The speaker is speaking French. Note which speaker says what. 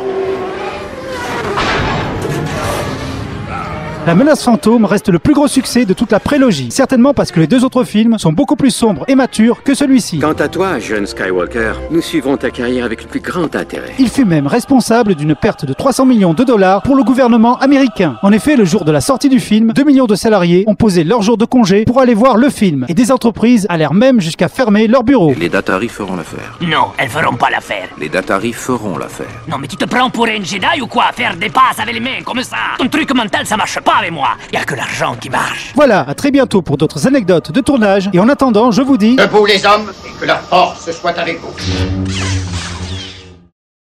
Speaker 1: La menace fantôme reste le plus gros succès de toute la prélogie, certainement parce que les deux autres films sont beaucoup plus sombres et matures que celui-ci.
Speaker 2: Quant à toi, jeune Skywalker, nous suivrons ta carrière avec le plus grand intérêt.
Speaker 1: Il fut même responsable d'une perte de 300 millions de dollars pour le gouvernement américain. En effet, le jour de la sortie du film, 2 millions de salariés ont posé leur jour de congé pour aller voir le film, et des entreprises allèrent même jusqu'à fermer leurs bureaux.
Speaker 3: Les Datari feront l'affaire.
Speaker 4: Non, elles feront pas l'affaire.
Speaker 3: Les Datari feront l'affaire.
Speaker 4: Non, mais tu te prends pour un Jedi ou quoi Faire des passes avec les mains comme ça Ton truc mental, ça marche pas avec moi. Y a que l'argent qui marche.
Speaker 1: Voilà, à très bientôt pour d'autres anecdotes de tournage, et en attendant, je vous dis...
Speaker 2: Debout les hommes, et que leur force soit avec vous.